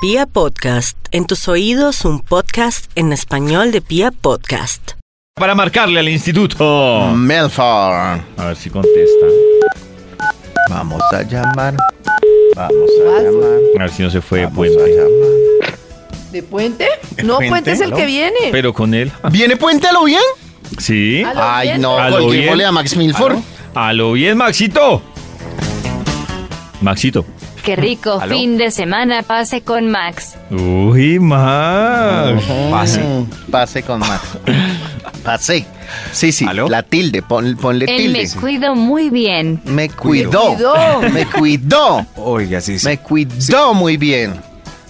Pia Podcast, en tus oídos un podcast en español de Pia Podcast. Para marcarle al instituto. Melfar. A ver si contesta. Vamos a llamar. Vamos a llamar. A ver si no se fue Ah, de Vamos puente. a llamar. ¿De puente? No, puente? puente, es el ¿No? que viene. Pero con él. ¿Viene Puente a lo bien? Sí. ¿A lo Ay, bien? no, ¿A lo bien? golpeémosle a Max Milford. A lo bien, Maxito. Maxito. Qué rico fin de semana pase con Max. Uy, Max. Pase. Mm, Pase con Max. Pase. Sí, sí. ¿Aló? La tilde. pon- ponle Él me tilde. cuido muy bien. Me cuidó. Cuidó. Me cuidó. Oiga, sí, sí. Me cuidó muy bien.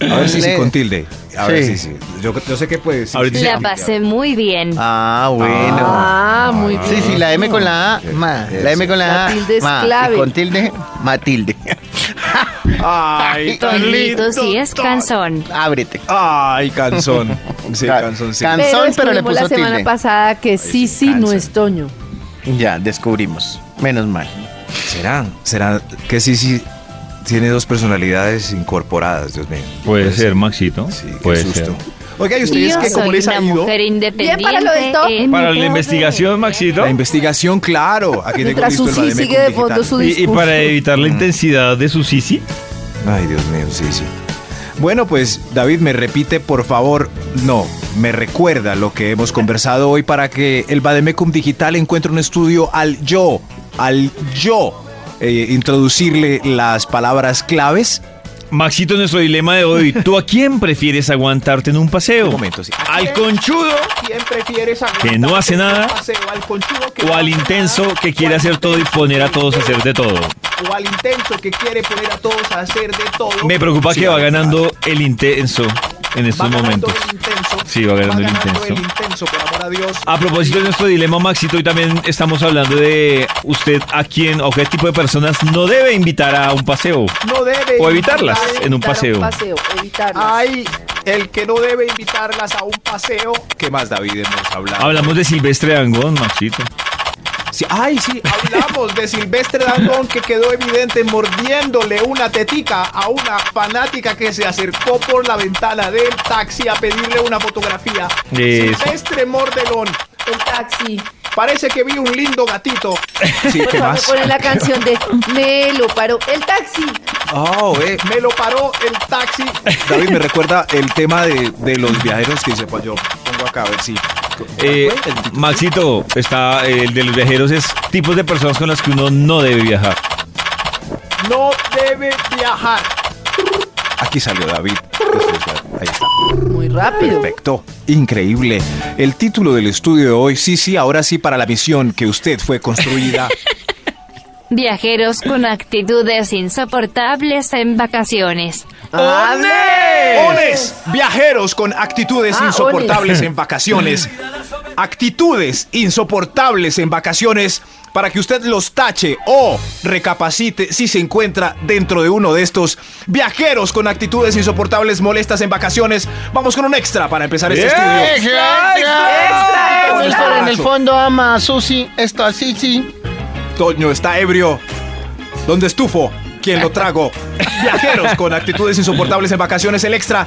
A ver si sí, Le- con tilde. A ver Sí. si sí. Yo, yo sé que puede. sí, Ahorita sí, se- La sí. pasé muy bien. Ah, bueno. Ah, muy bien. Sí, sí, la M con la A, ma. La M con la A, La tilde es ma. Y clave. con tilde, Matilde. Ay, tan lindo. Tonito sí es canzón. Ábrete. Ay, canzón. Sí, Ca- canzón, sí. can- Pero, Sansón, pero le descubrimos la puso semana tilde. pasada que sí, sí, sí, no Sansón. es Toño. Ya, descubrimos. Menos mal. ¿Será? ¿Será que sí, sí? Tiene dos personalidades incorporadas, Dios mío. Pues, Puede ser, Maxito. Sí, qué Puede ser. susto. Oiga, ¿y ustedes Yo qué? ¿Cómo soy les ha una ido? mujer Bien para lo del independiente. top. en Para mi la poder. investigación, Maxito. La investigación, claro. Aquí tengo Mientras listo su el sí Bademecum sigue de digital. fondo su Y, y discurso. para evitar Mm. la intensidad de su sisi. Ay, Dios mío, sí, sí. Bueno, pues David, me repite, por favor, no, me recuerda lo que hemos conversado hoy para que el Bademecum Digital encuentre un estudio al yo, al yo, eh, introducirle las palabras claves. Maxito, nuestro dilema de hoy. ¿Tú a quién prefieres aguantarte en un paseo? Un momento, sí. ¿Al conchudo ¿Quién prefieres Que no hace nada. al o al intenso que quiere hacer todo y poner a todos a hacer de todo? o al intenso que quiere poner a todos a hacer de todo? Me preocupa que va ganando el intenso en estos momentos. Sí, va ganando el intenso. intenso, por amor a Dios. A propósito de nuestro dilema, Maxito, hoy también estamos hablando de usted a quién o qué tipo de personas no debe invitar a un paseo. no debe O evitarlas invitar- en un paseo. paseo, evitarlo. Ay, el que no debe invitarlas a un paseo. ¿Qué más, David, hemos hablado? Hablamos de Silvestre Dangón, Maxito. Sí, ay, sí, hablamos de Silvestre Dangón que quedó evidente mordiéndole una tetica a una fanática que se acercó por la ventana del taxi a pedirle una fotografía. Eso. Silvestre Mordelón. El taxi. Parece que vi un lindo gatito. Sí, Por favor, pone la canción de Me lo paró. El taxi. Oh, Me lo paró el taxi. David me recuerda el tema de, de los viajeros que dice, pues yo pongo acá a ver si. Eh, Maxito, está eh, el de los viajeros, es tipos de personas con las que uno no debe viajar. No debe viajar. Aquí salió David. Eso es, Ahí está. Muy rápido. Perfecto. Increíble. El título del estudio de hoy, sí, sí, ahora sí para la misión que usted fue construida. Viajeros con actitudes insoportables en vacaciones. ¡Ones! Viajeros con actitudes Ah, insoportables en vacaciones. Actitudes insoportables en vacaciones para que usted los tache o recapacite si se encuentra dentro de uno de estos viajeros con actitudes insoportables molestas en vacaciones. Vamos con un extra para empezar este estudio. Extra, extra. En el fondo ama a Susi, esto a Sisi. Toño está ebrio. ¿Dónde estufo? ¿Quién lo trago? Viajeros con actitudes insoportables en vacaciones, el extra.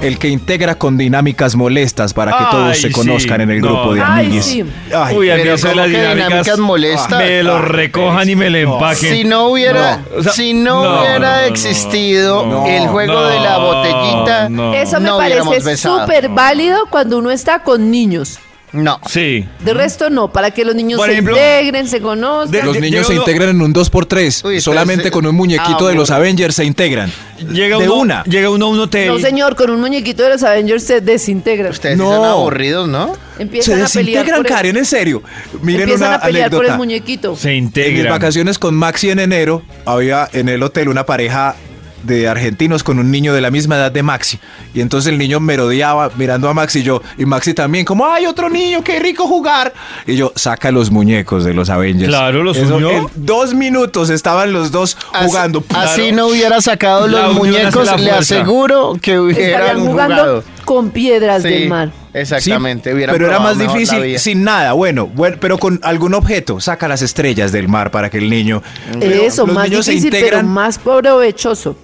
El que integra con dinámicas molestas para que todos Ay, se sí. conozcan en el No. grupo de Ay, amiguis. sí. Ay, Uy, a mí pero eso de ¿cómo las que dinámicas dinámicas molestas? Me lo recojan y me lo empaquen. Si no hubiera, No. O sea, si no, no, no, hubiera no, existido no, el juego no, de la botellita, no. Eso me No hubiéramos parece besado. súper válido cuando uno está con niños. no. Sí. De resto, no. Para que los niños Por se ejemplo, integren, se conozcan. de- Los Lle- niños llega se uno- integran en un 2x3. Uy, Solamente entonces- con un muñequito Ah, de los bueno. Avengers se integran. Llega de uno, una. Llega uno a un hotel. No, señor, con un muñequito de los Avengers se desintegra. Ustedes No. son aburridos, ¿no? Se Empiezan a pelear. desintegran, por el- Karen, en serio. Miren empiezan una a pelear por el anécdota. muñequito. Se En mis integra. vacaciones con Maxi en enero, había en el hotel una pareja de argentinos con un niño de la misma edad de Maxi. Y entonces el niño merodeaba mirando a Maxi y yo. Y Maxi también, como, ¡ay, otro niño, qué rico jugar! Y yo, saca los muñecos de los Avengers. Claro, los unió. En dos minutos estaban los dos Así- jugando. Así Claro. no hubiera sacado La los unión hace la muñecos, le fuerza. aseguro que hubieran Estarían jugando jugado. con piedras Sí, del mar. Sí, exactamente. hubieran pero era probado más mejor la difícil vida. sin nada. Bueno, bueno, pero con algún objeto. Saca las estrellas del mar para que el niño. Pero Eso, los más niños se difícil, pero integran. más provechoso.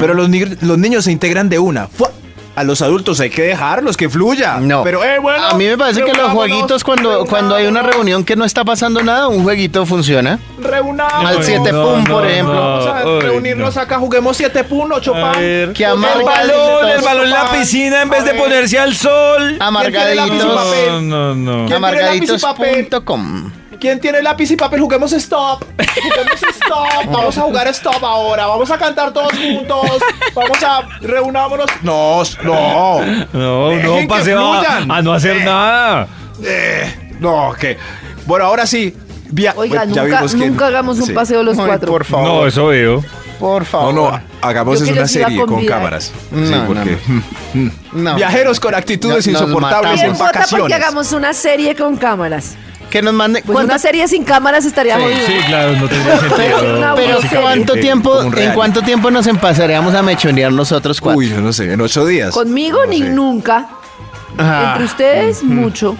Pero los, ni- los niños se integran de una. Fua. A los adultos hay que dejarlos que fluya. No. Pero, eh, bueno, a mí me parece que los reunámonos, jueguitos, cuando, cuando hay una reunámonos, reunión que no está pasando nada, un jueguito funciona. Reunámonos. Al siete no, pum, no, por no. ejemplo. Vamos a Ay, reunirnos acá, juguemos 7 pum, 8 A pan. ver. Que El amarga- balón, el balón, la piscina en vez de ponerse al sol. Amargaditos. No, no, no. ¿Quién tiene lápiz y papel? Amargaditos.com. ¿Quién tiene lápiz y papel? Juguemos stop. Juguemos stop. Vamos a jugar stop ahora. Vamos a cantar todos juntos. Vamos a reunámonos. No, no. No, Dejen que no pase a, fluyan. a no hacer Eh. nada. Eh, no, que. Bueno, ahora sí. Via- Oiga, ya nunca, vimos que- nunca hagamos un sí. paseo los Ay, cuatro. Por No, favor. eso veo. Por No, favor. no, hagamos Yo es que una les iba a serie con convidar. cámaras. No, sí, no, porque. mm, No. Viajeros con actitudes No, nos insoportables matamos. en ¿Quién vota porque vacaciones. hagamos una serie con cámaras? Que nos mande. Pues una ¿cuánto, serie sin cámaras estaría muy Sí, claro, no tendría sentido. Pero- pero básicamente, ¿cuánto tiempo, como un ¿en reality. cuánto tiempo nos empasaríamos a mechonear nosotros cuatro? Uy, yo no sé, en ocho días. Conmigo No ni sé. nunca. Ah. Entre ustedes, mucho.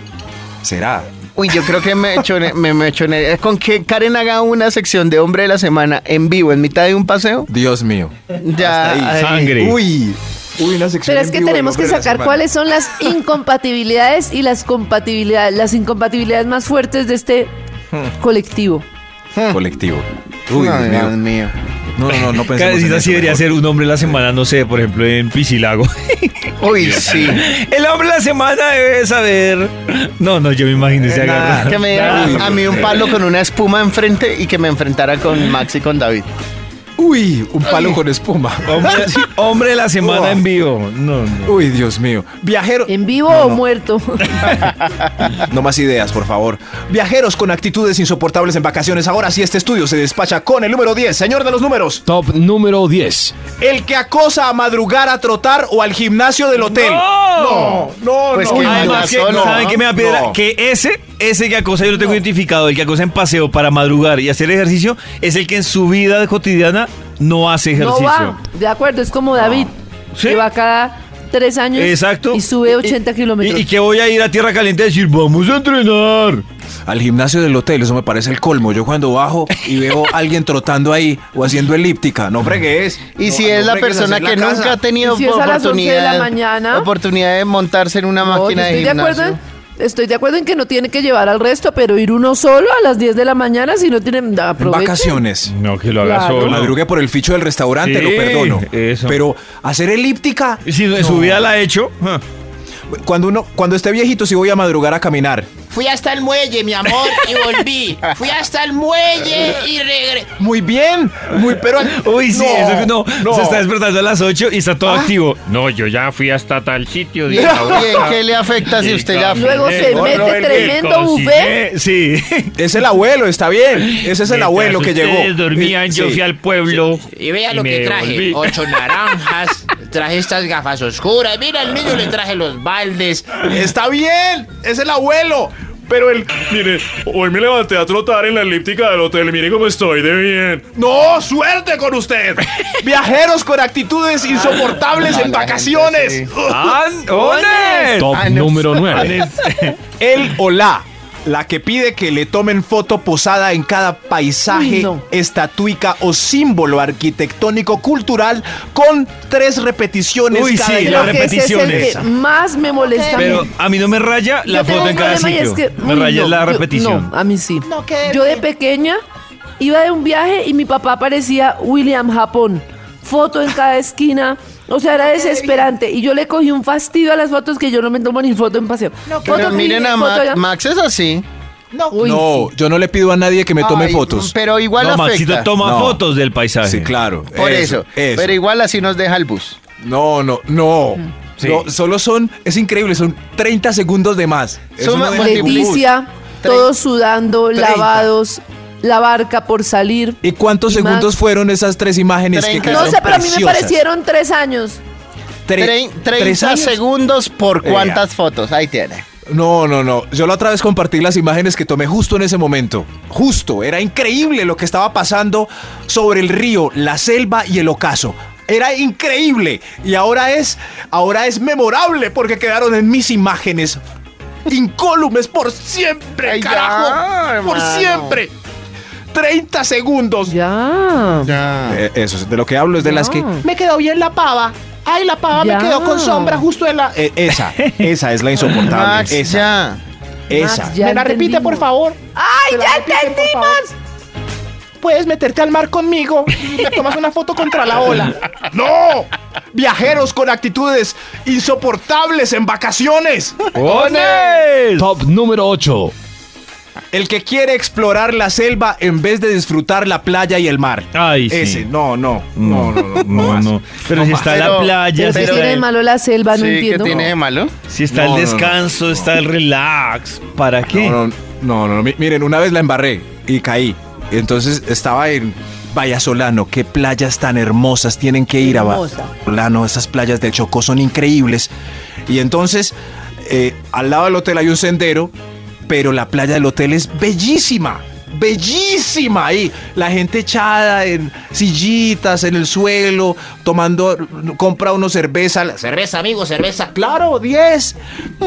Será. Uy, yo creo que me mechone- me mechonearía. Con que Karen haga una sección de hombre de la semana en vivo, en mitad de un paseo, Dios mío. ya. Hasta ahí. Sangre. Uy. Uy, una sección Pero es en que vivo del tenemos que hombre de la sacar semana. cuáles son las incompatibilidades y las compatibilidades, las incompatibilidades más fuertes de este Hmm. colectivo. Colectivo. Uy, No, Dios mío. Dios mío. No, no, no, no pensemos en Cabecita eso, sí debería mejor. ser un hombre de la semana, no sé, por ejemplo, en Piscilago. Uy, sí. El hombre de la semana debe saber. No, no, yo me imagino ese Eh, Nada. agarro. Que me Uy, diera a mí un no. palo con una espuma enfrente y que me enfrentara con Max y con David. Uy, un palo con espuma. Hombre, hombre de la semana en vivo. No, no. Uy, Dios mío. Viajero. ¿En vivo No, o no. muerto? No más ideas, por favor. Viajeros con actitudes insoportables en vacaciones. Ahora sí, este estudio se despacha con el número 10. Señor de los números. Top número 10. El que acosa a madrugar a trotar o al gimnasio del hotel. ¡No! Oh, no, no. Pues que no. Además, que, no, ¿saben qué me da piedra? no. Que ese, ese que acosa, yo lo tengo identificado, el que acosa en paseo para madrugar y hacer ejercicio, es el que en su vida cotidiana no hace No ejercicio. va. De acuerdo, es como David, Sí. que va cada tres años Exacto. y sube 80 kilómetros. Y, y que voy a ir a Tierra Caliente a decir, vamos a entrenar. Al gimnasio del hotel, eso me parece el colmo. Yo cuando bajo y veo a alguien trotando ahí o haciendo elíptica, no fregues. Y No, si no es la fregues persona hacer que la nunca casa. ha tenido ¿Y si es a las 11 oportunidad, de la mañana? oportunidad de montarse en una No, yo máquina de estoy de gimnasio. acuerdo. Estoy de acuerdo en que no tiene que llevar al resto, pero ir uno solo a las 10 de la mañana si no tienen En aprovechen. vacaciones. No, que lo haga Claro. solo. Madrugue por el ficho del restaurante, Sí, lo perdono. eso. Pero hacer elíptica. Y Si en su vida la ha hecho, ah, Cuando uno, cuando esté viejito, si voy a madrugar a caminar. Fui hasta el muelle, mi amor, y volví. Fui hasta el muelle y regresé. Muy bien, muy pero. uy, sí, No, eso que no, no. se está despertando a las 8 y está todo Ah. activo. No, yo ya fui hasta tal sitio. ¿Y, dije, "Ah, y en qué le afecta si usted ya... Luego se No, mete no, el que tremendo buffet. Eh, sí. Es el abuelo, está bien. Ese es el mientras abuelo que llegó. Eh, ustedes dormían, yo Sí. fui al pueblo. Y vea lo me que traje. devolví". Ocho naranjas, traje estas gafas oscuras. Mira, al niño le traje los baldes. Está bien, es el abuelo. Pero el. Mire, hoy me levanté a trotar en la elíptica del hotel. Mire cómo estoy de bien. ¡No! ¡Suerte con usted! Viajeros con actitudes insoportables en vacaciones. ¡An- ¡Ole! Top Ah, no. número 9. El o la, la que pide que le tomen foto posada en cada paisaje, Uy, no. estatuica o símbolo arquitectónico cultural con tres repeticiones Uy, cada sí, día. Creo la que ese es el que repeticiones. más me molesta. a mí. Pero a mí no me raya la Yo tengo foto en un cada problema y sitio. es que- me uy, raya no, la yo- repetición. no, a mí sí. yo de pequeña iba de un viaje y mi papá parecía William Japón. Foto en cada esquina. O sea, era desesperante. Y yo le cogí un fastidio a las fotos que yo no me tomo ni foto en paseo. Foto Pero aquí, miren a foto Ma- allá. Max, es así. Uy, no, yo no le pido a nadie que me tome Ay, fotos. Pero igual no, afecta. Maxito toma No. fotos del paisaje. Sí, claro. Por eso. Pero igual así nos deja el bus. No, no, no. Sí. No, solo son, es increíble, son 30 segundos de más. Eso Suma- no deja ningún bus. Leticia, todos sudando, Treinta. lavados, la barca por salir. ¿Y cuántos Y segundos Max- fueron esas tres imágenes que Treinta. quedaron No sé, pero a mí me preciosas? parecieron tres años. Tre- Trein- ¿tres 30 años? segundos por Eh, cuántas fotos. Ahí tiene. No, no, no. Yo la otra vez compartí las imágenes que tomé justo en ese momento. Justo. Era increíble lo que estaba pasando sobre el río, la selva y el ocaso. Era increíble. Y ahora es, ahora es memorable porque quedaron en mis imágenes incólumes por siempre, Ay, ya, carajo. por hermano. siempre. 30 segundos. Ya. Ya. Eh, eso, es de lo que hablo es de las que... No. Me quedó bien la pava. Ay, la pava Ya. me quedó con sombra justo en la... Eh, esa, esa es la insoportable. Max, esa, ya. esa. Max, ya ¿Me la repite, entendimos. por favor? ¡Ay, ¿Me la ya repite, por entendimos! favor? ¿Puedes meterte al mar conmigo? Te tomas una foto contra la ola. ¡No! Viajeros con actitudes insoportables en vacaciones. Top número 8. El que quiere explorar la selva en vez de disfrutar la playa y el mar. Ay, sí. Mm, Ese, no, no, no, no, no, No, más. no. Pero No si más. está Pero- la playa, ¿Pero si qué está, tiene de el, malo la selva? No sí, ¿qué entiendo. tiene de malo? si está el No, no, no, descanso, no. está el relax. ¿Para qué? No, no, no, no, no, mi- miren, una vez la embarré y caí. Entonces estaba en Vallasolano, qué playas tan hermosas tienen que ir a Hermosa. Vallasolano, esas playas del Chocó son increíbles. Y entonces, eh, al lado del hotel hay un sendero, pero la playa del hotel es bellísima. Bellísima ahí, la gente echada en sillitas, en el suelo, tomando, compra uno cerveza, la- Cerveza, amigo, cerveza. Claro, 10.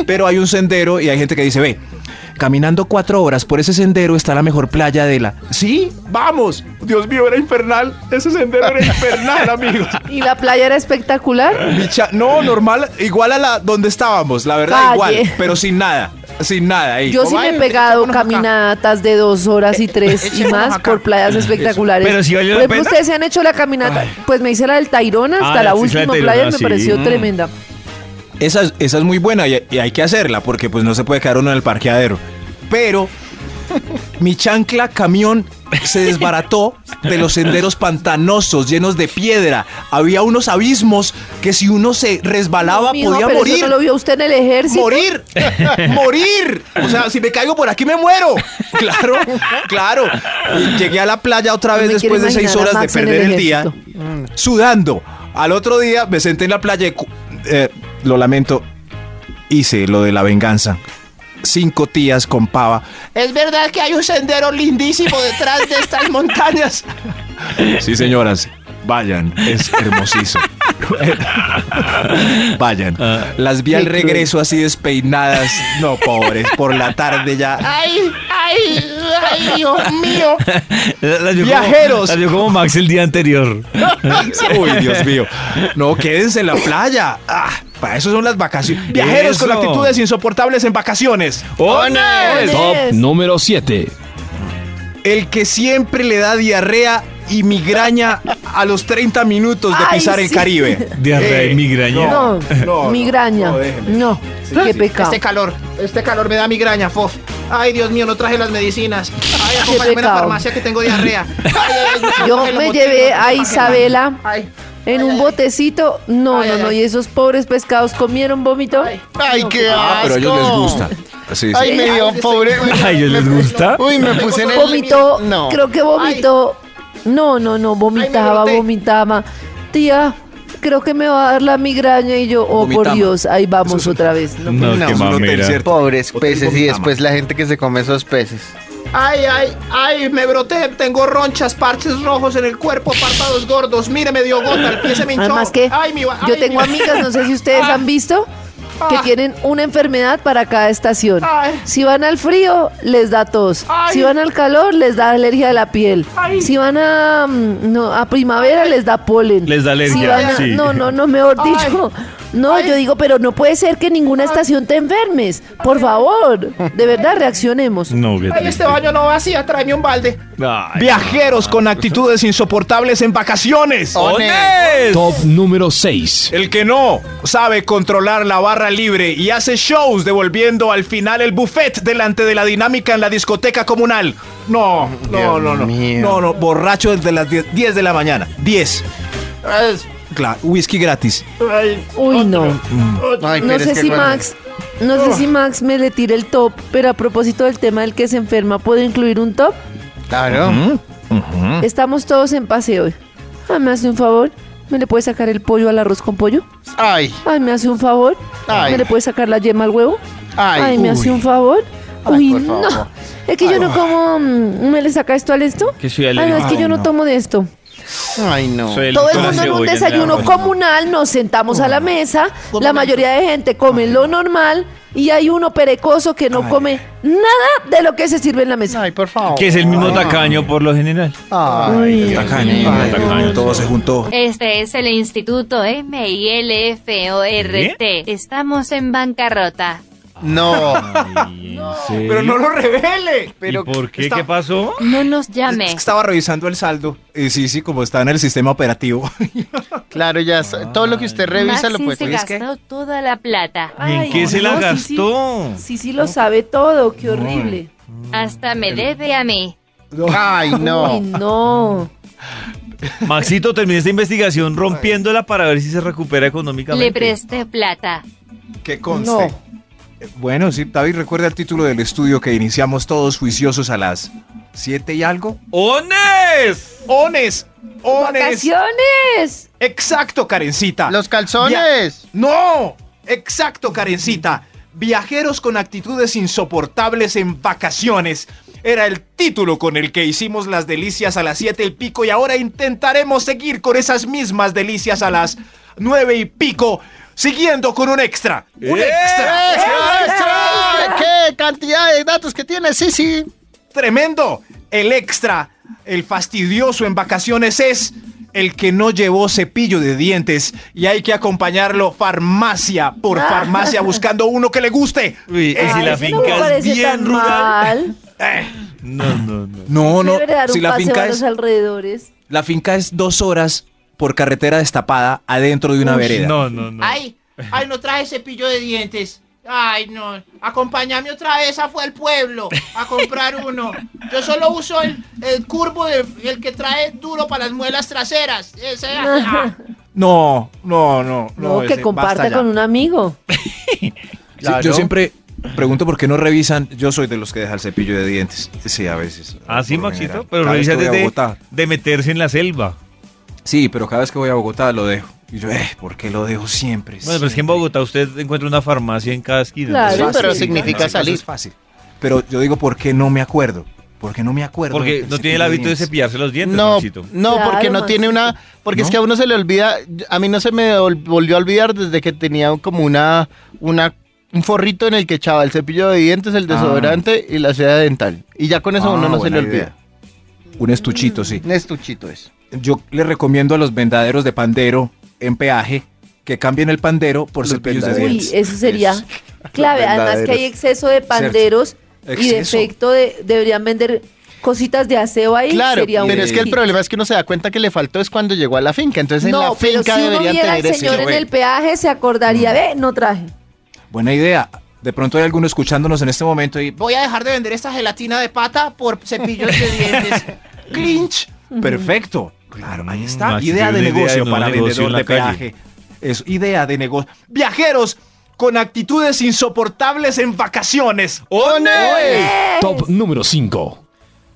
Pero hay un sendero y hay gente que dice, ve, caminando cuatro horas por ese sendero está la mejor playa de la... Sí, vamos. Dios mío, era infernal. Ese sendero era infernal, amigos. ¿Y la playa era espectacular? Micha- no, normal, igual a la donde estábamos, la verdad, Calle. igual, pero sin nada, sin nada. Ahí. Yo sí Como, me he "Ay, pegado echémonos acá". caminatas de dos horas Eh, y tres y Echémonos más acá. por playas espectaculares. Pero si valió Por la ejemplo, pena. ustedes se han hecho la caminata. Pues me hice la del Tairona hasta Ah, la sí, la última del playa, Tayrona, me sí. pareció Mm. tremenda. Esa, es- esa es muy buena y, y hay que hacerla porque pues no se puede quedar uno en el parqueadero. Pero mi chancla camión se desbarató de los senderos pantanosos llenos de piedra. Había unos abismos que si uno se resbalaba Mijo, podía pero morir. Eso no lo vio usted en el ejército. Morir, morir. O sea, si me caigo por aquí me muero. Claro, claro. Y llegué a la playa otra No vez me quiero después de seis imaginar a horas de Max en perder el el día, sudando. Al otro día me senté en la playa y cu- eh, lo lamento, hice lo de la venganza. Cinco tías con pava. Es verdad que hay un sendero lindísimo detrás de estas montañas. Sí, señoras, vayan, es hermosísimo. Vayan. Las vi al regreso así despeinadas. No, pobres, por la tarde ya. Ay, ay, ay, Dios mío. La- la vio como- Viajeros. la vio como Max el día anterior. Uy, Dios mío. No, quédense en la playa. Ah, para eso son las vacaciones. Viajeros con Eso. actitudes insoportables en vacaciones. ¡Ones! Top número 7. El que siempre le da diarrea y migraña a los 30 minutos de Ay, pisar el sí. Caribe. Diarrea y Eh, migraña. No, no, migraña. no, No, déjeme. qué pecado. Este calor, este calor me da migraña, fof. Ay, Dios mío, no traje las medicinas. Ay, acompáñame a la pecado. farmacia que tengo diarrea. Ay, ay, ay, Yo coge los me botellos, llevé a ay, Isabela Ay, en ay, un ay. botecito. No, Ay, no, ay, no. ay. Y esos pobres pescados comieron vómito. Ay. Ay, qué asco. Ah, pero a ellos les gusta. Sí, sí. Ay, me dio pobre. A ellos les gusta. Uy, me puse en el... Vomitó. No. Creo que vomitó. No, no, no. Vomitaba, broté. vomitaba. Tía, creo que me va a dar la migraña. Y yo, oh, por Vomitama. Dios, ahí vamos Eso es- otra vez. No, No, no, qué es un hotel, mamera. ¿cierto? Pobres Hotel peces y vomitama. después la gente que se come esos peces. Ay, ay, ay, me broté, tengo ronchas, parches rojos en el cuerpo, párpados gordos, mire, me dio gota, el pie se me hinchó. Además que Ay, mi ba- yo ay, tengo mi- amigas, no sé si ustedes Ah. han visto, que Ah. tienen una enfermedad para cada estación. Ay. Si van al frío, les da tos. Ay. Si van al calor, les da alergia de la piel. Ay. Si van a, mm, no, a primavera, les da polen. Les da alergia, Si van a- sí. No, no, no, mejor Ay. dicho. No, Ay. yo digo, pero no puede ser que en ninguna estación te enfermes. Por favor, de verdad, reaccionemos. No, qué Ay, triste. este baño no vacía, tráeme un balde. Ay. Viajeros con actitudes insoportables en vacaciones. ¡Ones! Top número 6. El que no sabe controlar la barra libre y hace shows devolviendo al final el buffet delante de la dinámica en la discoteca comunal. No, no, no, no. mío. No, no, borracho desde las 10, 10 de la mañana. 10. Claro, whisky gratis. Uy, no. Ay, No pero es sé que si cuando- Max, no sé si Max me le tire el top, pero a propósito del tema del que se enferma, ¿puedo incluir un top? Claro. Mm. Estamos todos en paseo hoy. Ah, me hace un favor. ¿Me le puede sacar el pollo al arroz con pollo? Ay, Ay, me hace un favor. Ay. ¿Me le puede sacar la yema al huevo? Ay, me hace un favor. Ay, Uy, por no. favor. Es que yo no como. mm, ¿Me le saca esto al esto? Que soy Ah, no, es que alérgico. yo no, tomo de esto. Ay, no. Soy el Todo el con mundo en un cebolla la desayuno boca. comunal, nos sentamos a la mesa, la mayoría de gente come lo normal y hay uno perecoso que no come nada de lo que se sirve en la mesa. Ay, por favor. Que es el Ah. mismo tacaño por lo general. Ay, Dios mío. Tacaño, todo se juntó. Este es el Instituto MILFORT. Estamos en bancarrota. No. Pero no lo revele. Pero ¿Y por qué? está- ¿Qué pasó? No nos Es que llame. estaba revisando el saldo. Eh, sí, sí, como está en el sistema operativo. claro, ya. está. Todo lo que usted revisa lo Maxi pues, puede se gastó toda la plata. ¿Y en Ay, qué se la no, sí, sí. gastó? Sí, sí, lo sabe todo, qué horrible. Hasta me debe a mí. Ay, Uy, no. no. Maxito, termina esta investigación rompiéndola para ver si se recupera económicamente. Le presté plata. Que conste. Eh, Bueno, sí, David, recuerda el título del estudio que iniciamos todos juiciosos a las 7 y algo. ¡Ones! ¡Ones! ¡Ones! ¡Vacaciones! Exacto, Karencita. Los calzones. Via- ¡No! Exacto, Karencita. Viajeros con actitudes insoportables en vacaciones. Era el título con el que hicimos las delicias a las 7 y pico y ahora intentaremos seguir con esas mismas delicias a las 9 y pico, siguiendo con un extra. ¡Un ¡Eh! extra! ¡Extra! ¿Qué cantidad de datos que tiene? Sí, sí. ¡Tremendo! El extra, el fastidioso en vacaciones es el que no llevó cepillo de dientes y hay que acompañarlo farmacia por farmacia buscando uno que le guste. Uy, y Eh, si Ay, la eso no me finca es parece bien tan rural. mal. No, no, no. No, no, Debe dar un si la paseo finca a los es alrededores. la finca es dos horas por carretera destapada adentro de una vereda. No, no, no. Ay, ay, no traje cepillo de dientes. Ay, no. Acompáñame otra vez a fue al pueblo a comprar uno. Yo solo uso el, el curvo, de- el que trae duro para las muelas traseras. Ese, ah. No, no, no, No, ese, que basta comparta ya. con un amigo. Sí, Yo siempre pregunto por qué no revisan. Yo soy de los que deja el cepillo de dientes. Sí, a veces. eh, Ah, sí, Por lo Maxito, general. pero Cada vez revisa que voy a desde Bogotá. de meterse en la selva. Sí, pero cada vez que voy a Bogotá lo dejo. Y yo, eh, ¿por qué lo dejo siempre? Bueno, pero es que en Siempre. Bogotá usted encuentra una farmacia en cada esquina. Claro. entonces- Sí, pero sí, significa claro, salir. eso Es fácil. Pero yo digo, ¿por qué no me acuerdo? Porque no me acuerdo. porque del no tiene el cepillo hábito de dientes. cepillarse los dientes, No, Maxito. no, Claro, porque no tiene una. Porque es ¿No? que a uno se le olvida. A mí no se me ol- volvió a olvidar desde que tenía como una. una un forrito en el que echaba el cepillo de dientes, Ah. el desodorante y la seda dental. Y ya con eso a uno Ah, no se buena le idea. olvida. Un estuchito, sí. Un estuchito eso. Yo le recomiendo a los vendaderos de pandero en peaje que cambien el pandero por Los cepillos de vendaderos. dientes. Uy, eso sería clave. Además que hay exceso de panderos y Exceso. defecto de deberían vender cositas de aseo ahí. Claro, sería un pero es que el hit. problema es que uno se da cuenta que le faltó es cuando llegó a la finca. Entonces en la No, pero si finca uno deberían viera al tener ese- Mm. señor en el peaje se acordaría, ve, no traje. Buena idea. De pronto hay alguno escuchándonos en este momento y... Voy a dejar de vender esta gelatina de pata por cepillos de dientes. ¡Clinch! Perfecto. Claro, ahí está. Maxi, idea de tiene una idea negocio de para nuevo negocio vendedor de en la calle. peaje. Es idea de negocio. Viajeros con actitudes insoportables en vacaciones. Top número 5.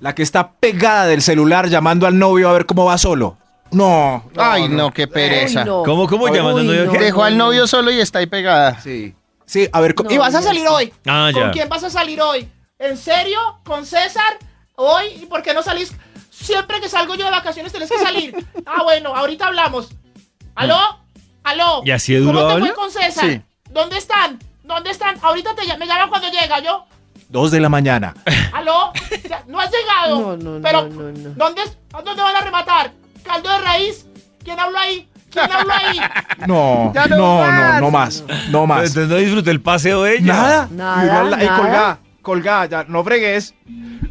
La que está pegada del celular llamando al novio a ver cómo va solo. No. Ay, no, qué pereza. Uy, este- no. ¿Cómo, cómo Uy, llamando al novio? no. ¿Qué? Dejó al novio solo y está ahí pegada. Sí. Sí, a ver. co- No, ¿Y vas a no. salir hoy? Ah, ¿Con ya. quién vas a salir hoy? ¿En serio? ¿Con César? ¿Hoy? ¿Y por qué no salís? Siempre que salgo yo de vacaciones tenés que salir. Ah, bueno, ahorita hablamos. ¿Aló? ¿Aló? ¿Y así de ¿Cómo duro te habla? fue con César? Sí. ¿Dónde están? ¿Dónde están? Ahorita te ll- me llaman cuando llega yo. Dos de la mañana. ¿Aló? O sea, No has llegado. No, no, no, Pero, no, no. ¿dónde, es- ¿a ¿dónde van a rematar? ¿Caldo de raíz? ¿Quién habló ahí? ¿Quién habló ahí? No. Ya no, no más. no, no más. No Pero más. entonces no disfrutó el paseo de ella. Nada. Nada, Y uno al- ahí nada. colgá, colgá, ya, no fregues.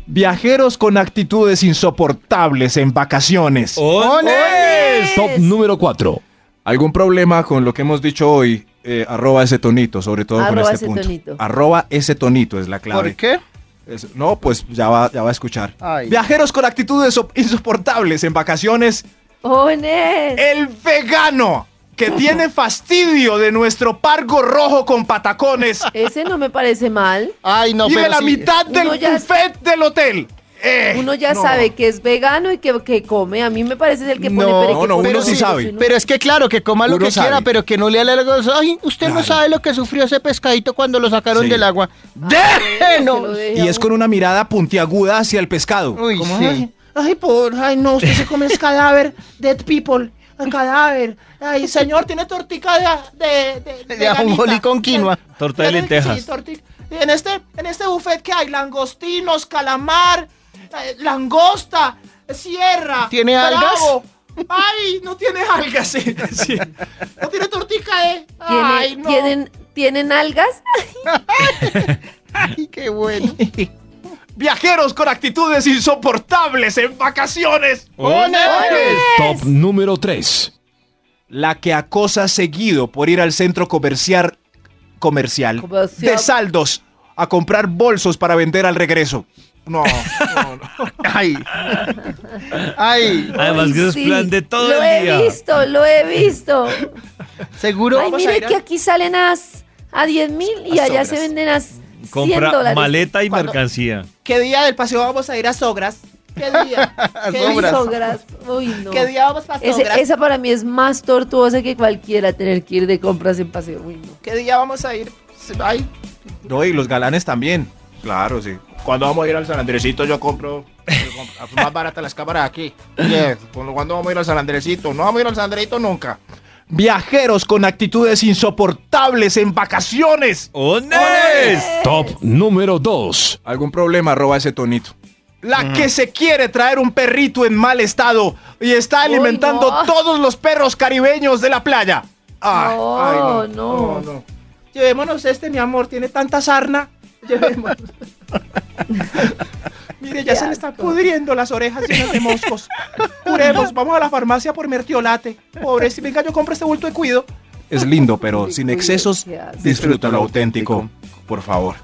Viajeros con actitudes insoportables en vacaciones. ¡Ones! Top número 4. ¿Algún problema con lo que hemos dicho hoy? Eh, arroba ese tonito, sobre todo Arroba con ese este punto. tonito. Arroba ese tonito es la clave. ¿Por qué? Es- no, pues ya va, ya va a escuchar. Ay. Viajeros con actitudes so- insoportables en vacaciones. Eh. ¡Ones! El vegano que tiene fastidio de nuestro pargo rojo con patacones Ese no me parece mal. Ay, no, y de pero la sí. mitad Uno del ya- buffet del hotel. Eh, Uno ya no. sabe que es vegano y que, que come. A mí me parece es el que pone No, pero que no, pone uno sí perezoso, sabe. sino- Pero es que claro, que coma lo Uno que quiera, sabe. pero que no le haga algo. Ay, usted no Claro. sabe lo que sufrió ese pescadito cuando lo sacaron Sí. del agua. Que lo ¡Déjenos! deje Y a es uno. con una mirada puntiaguda hacia el pescado. Uy, Como, sí. "Ay, Ay, por, ay, no, usted se come el cadáver, dead people, el cadáver. Ay, señor, tiene tortica de... De, de, De ajonjolí con quinoa. Torta de Tiene- lentejas. sí, torti- en, este, en este buffet que hay langostinos, calamar, eh, langosta, sierra. ¿Tiene algas? bravo. Ay, no tiene algas. sí, sí. No tiene tortica de... ¿Tiene- Ay, no. ¿tienen, ¿Tienen algas? Ay, qué bueno. Viajeros con actitudes insoportables en vacaciones. Top número 3. La que acosa seguido por ir al centro comercial, comercial, Comercial. de saldos a comprar bolsos para vender al regreso. No, no, no. Ay. Ay. Además que Ay, es sí, plan de todo Lo el he día. visto, lo he visto. Seguro Ay, vas a mire ir a- que aquí salen as a 10 mil y A allá se sobras. venden a 100 Compra dólares. maleta y Cuando- mercancía. ¿Qué día del paseo vamos a ir a Sogras? ¿Qué día? ¿Qué, Ay, Sobras. día? sogras. Uy, no. ¿Qué día vamos a Ese- Sogras? esa para mí es más tortuosa que cualquiera tener que ir de compras en paseo. Uy, no. ¿Qué día vamos a ir? Ay, No, y los galanes también. Claro, sí. Cuando vamos a ir al San Andresito, yo compro yo compro- más barata las cámaras aquí. Cuando ¿Cuándo vamos a ir al San Andresito? No vamos a ir al San Andresito nunca. Viajeros con actitudes insoportables en vacaciones. ¡Ones! Top número 2. Algún problema roba ese tonito. La Mm. que se quiere traer un perrito en mal estado y está Uy, alimentando no. todos los perros caribeños de la playa. Ah, No, ay, no. Llevémonos este, mi amor, tiene tanta sarna. Llevémonos. Mire, ya se le están pudriendo las orejas llenas de moscos. Curemos, vamos a la farmacia por mertiolate. Pobre, si venga, yo compro este bulto de cuido. Es lindo, pero sin Qué excesos, asco. disfruta lo auténtico, por favor.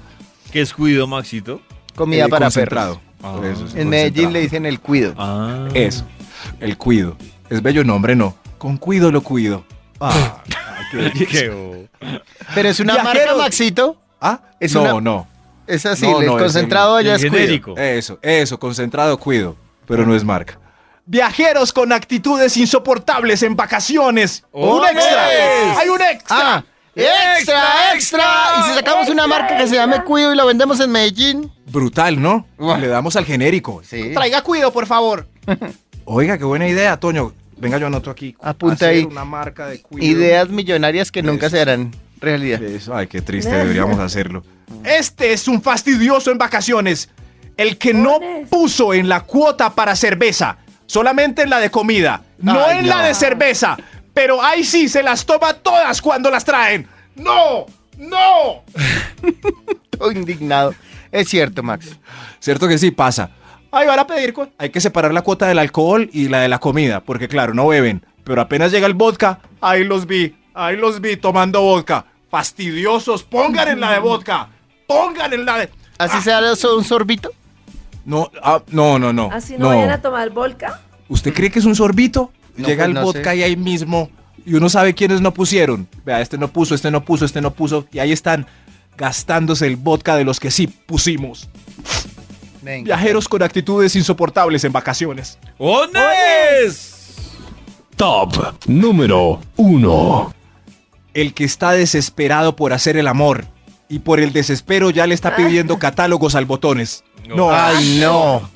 ¿Qué es cuido, Maxito? Comida Eh, para perros. concentrado. Por eso, es En Medellín Pues, concentrado. le dicen el cuido. Ah. Es el cuido. Es bello nombre, no. Con cuido lo cuido. Ah, ay, qué delicioso. Qué bo- Pero es una Viajeros. marca, Maxito. Ah, Es no, una- no. Es así, No, el no, es concentrado el- allá el es cuido. genérico. Eso, eso, concentrado cuido, pero no es marca. Viajeros con actitudes insoportables en vacaciones. ¡Oh, ¡Un yes! extra! ¡Hay un extra! Ah, extra, extra. Y si sacamos una marca que se llame Cuido y la vendemos en Medellín. Brutal, ¿no? Le damos al genérico. Sí. Traiga cuido, por favor. Oiga, qué buena idea, Toño. Venga, yo anoto aquí. Apunta Hacer ahí. una marca de cuido. Ideas millonarias que nunca Eso. se harán realidad. Eso, Ay, qué triste, deberíamos hacerlo. Este es un fastidioso en vacaciones. El que no Pones. puso en la cuota para cerveza, solamente en la de comida, no Ay, en no. la de cerveza. Pero ahí sí se las toma todas cuando las traen. ¡No! ¡No! Estoy indignado. Es cierto, Max. Cierto que sí pasa. Ay, van a pedir. cu- Hay que separar la cuota del alcohol y la de la comida, porque claro, no beben. Pero apenas llega el vodka, ahí los vi, ahí los vi tomando vodka. Fastidiosos, pongan en la de vodka. Pongan en la de. Ah, Así sea eso un sorbito. No, ah, no, no, no. Así no, vayan a tomar volca. ¿Usted cree que es un sorbito? No, Llega pues, el no vodka sé. y ahí mismo. Y uno sabe quiénes no pusieron. Vea, este no puso, este no puso, este no puso. Y ahí están gastándose el vodka de los que sí pusimos. Venga. Viajeros con actitudes insoportables en vacaciones. ¡Ones! Top número 1. El que está desesperado por hacer el amor. Y por el desespero ya le está pidiendo catálogos al botones. No, Ah. Ay, no.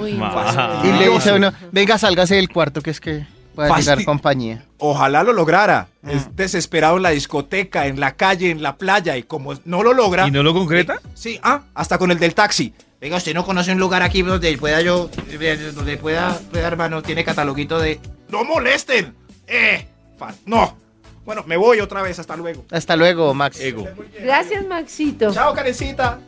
Uy, Ma- Ah, no. Y le dice uno, venga, sálgase del cuarto que es que para Fasti- llegar compañía. ojalá lo lograra. Es desesperado en la discoteca, en la calle, en la playa. Y como no lo logra, eh, ¿Y no lo concreta? Sí, ah, hasta con el del taxi. Eh, Venga, usted no conoce un lugar aquí donde pueda yo, eh, donde pueda, pueda hermano, tiene cataloguito de... ¡No molesten! ¡Eh! fa- ¡No! Bueno, me voy otra vez, hasta luego. Hasta luego, Max. Ego. Gracias, Maxito. Chao, carecita.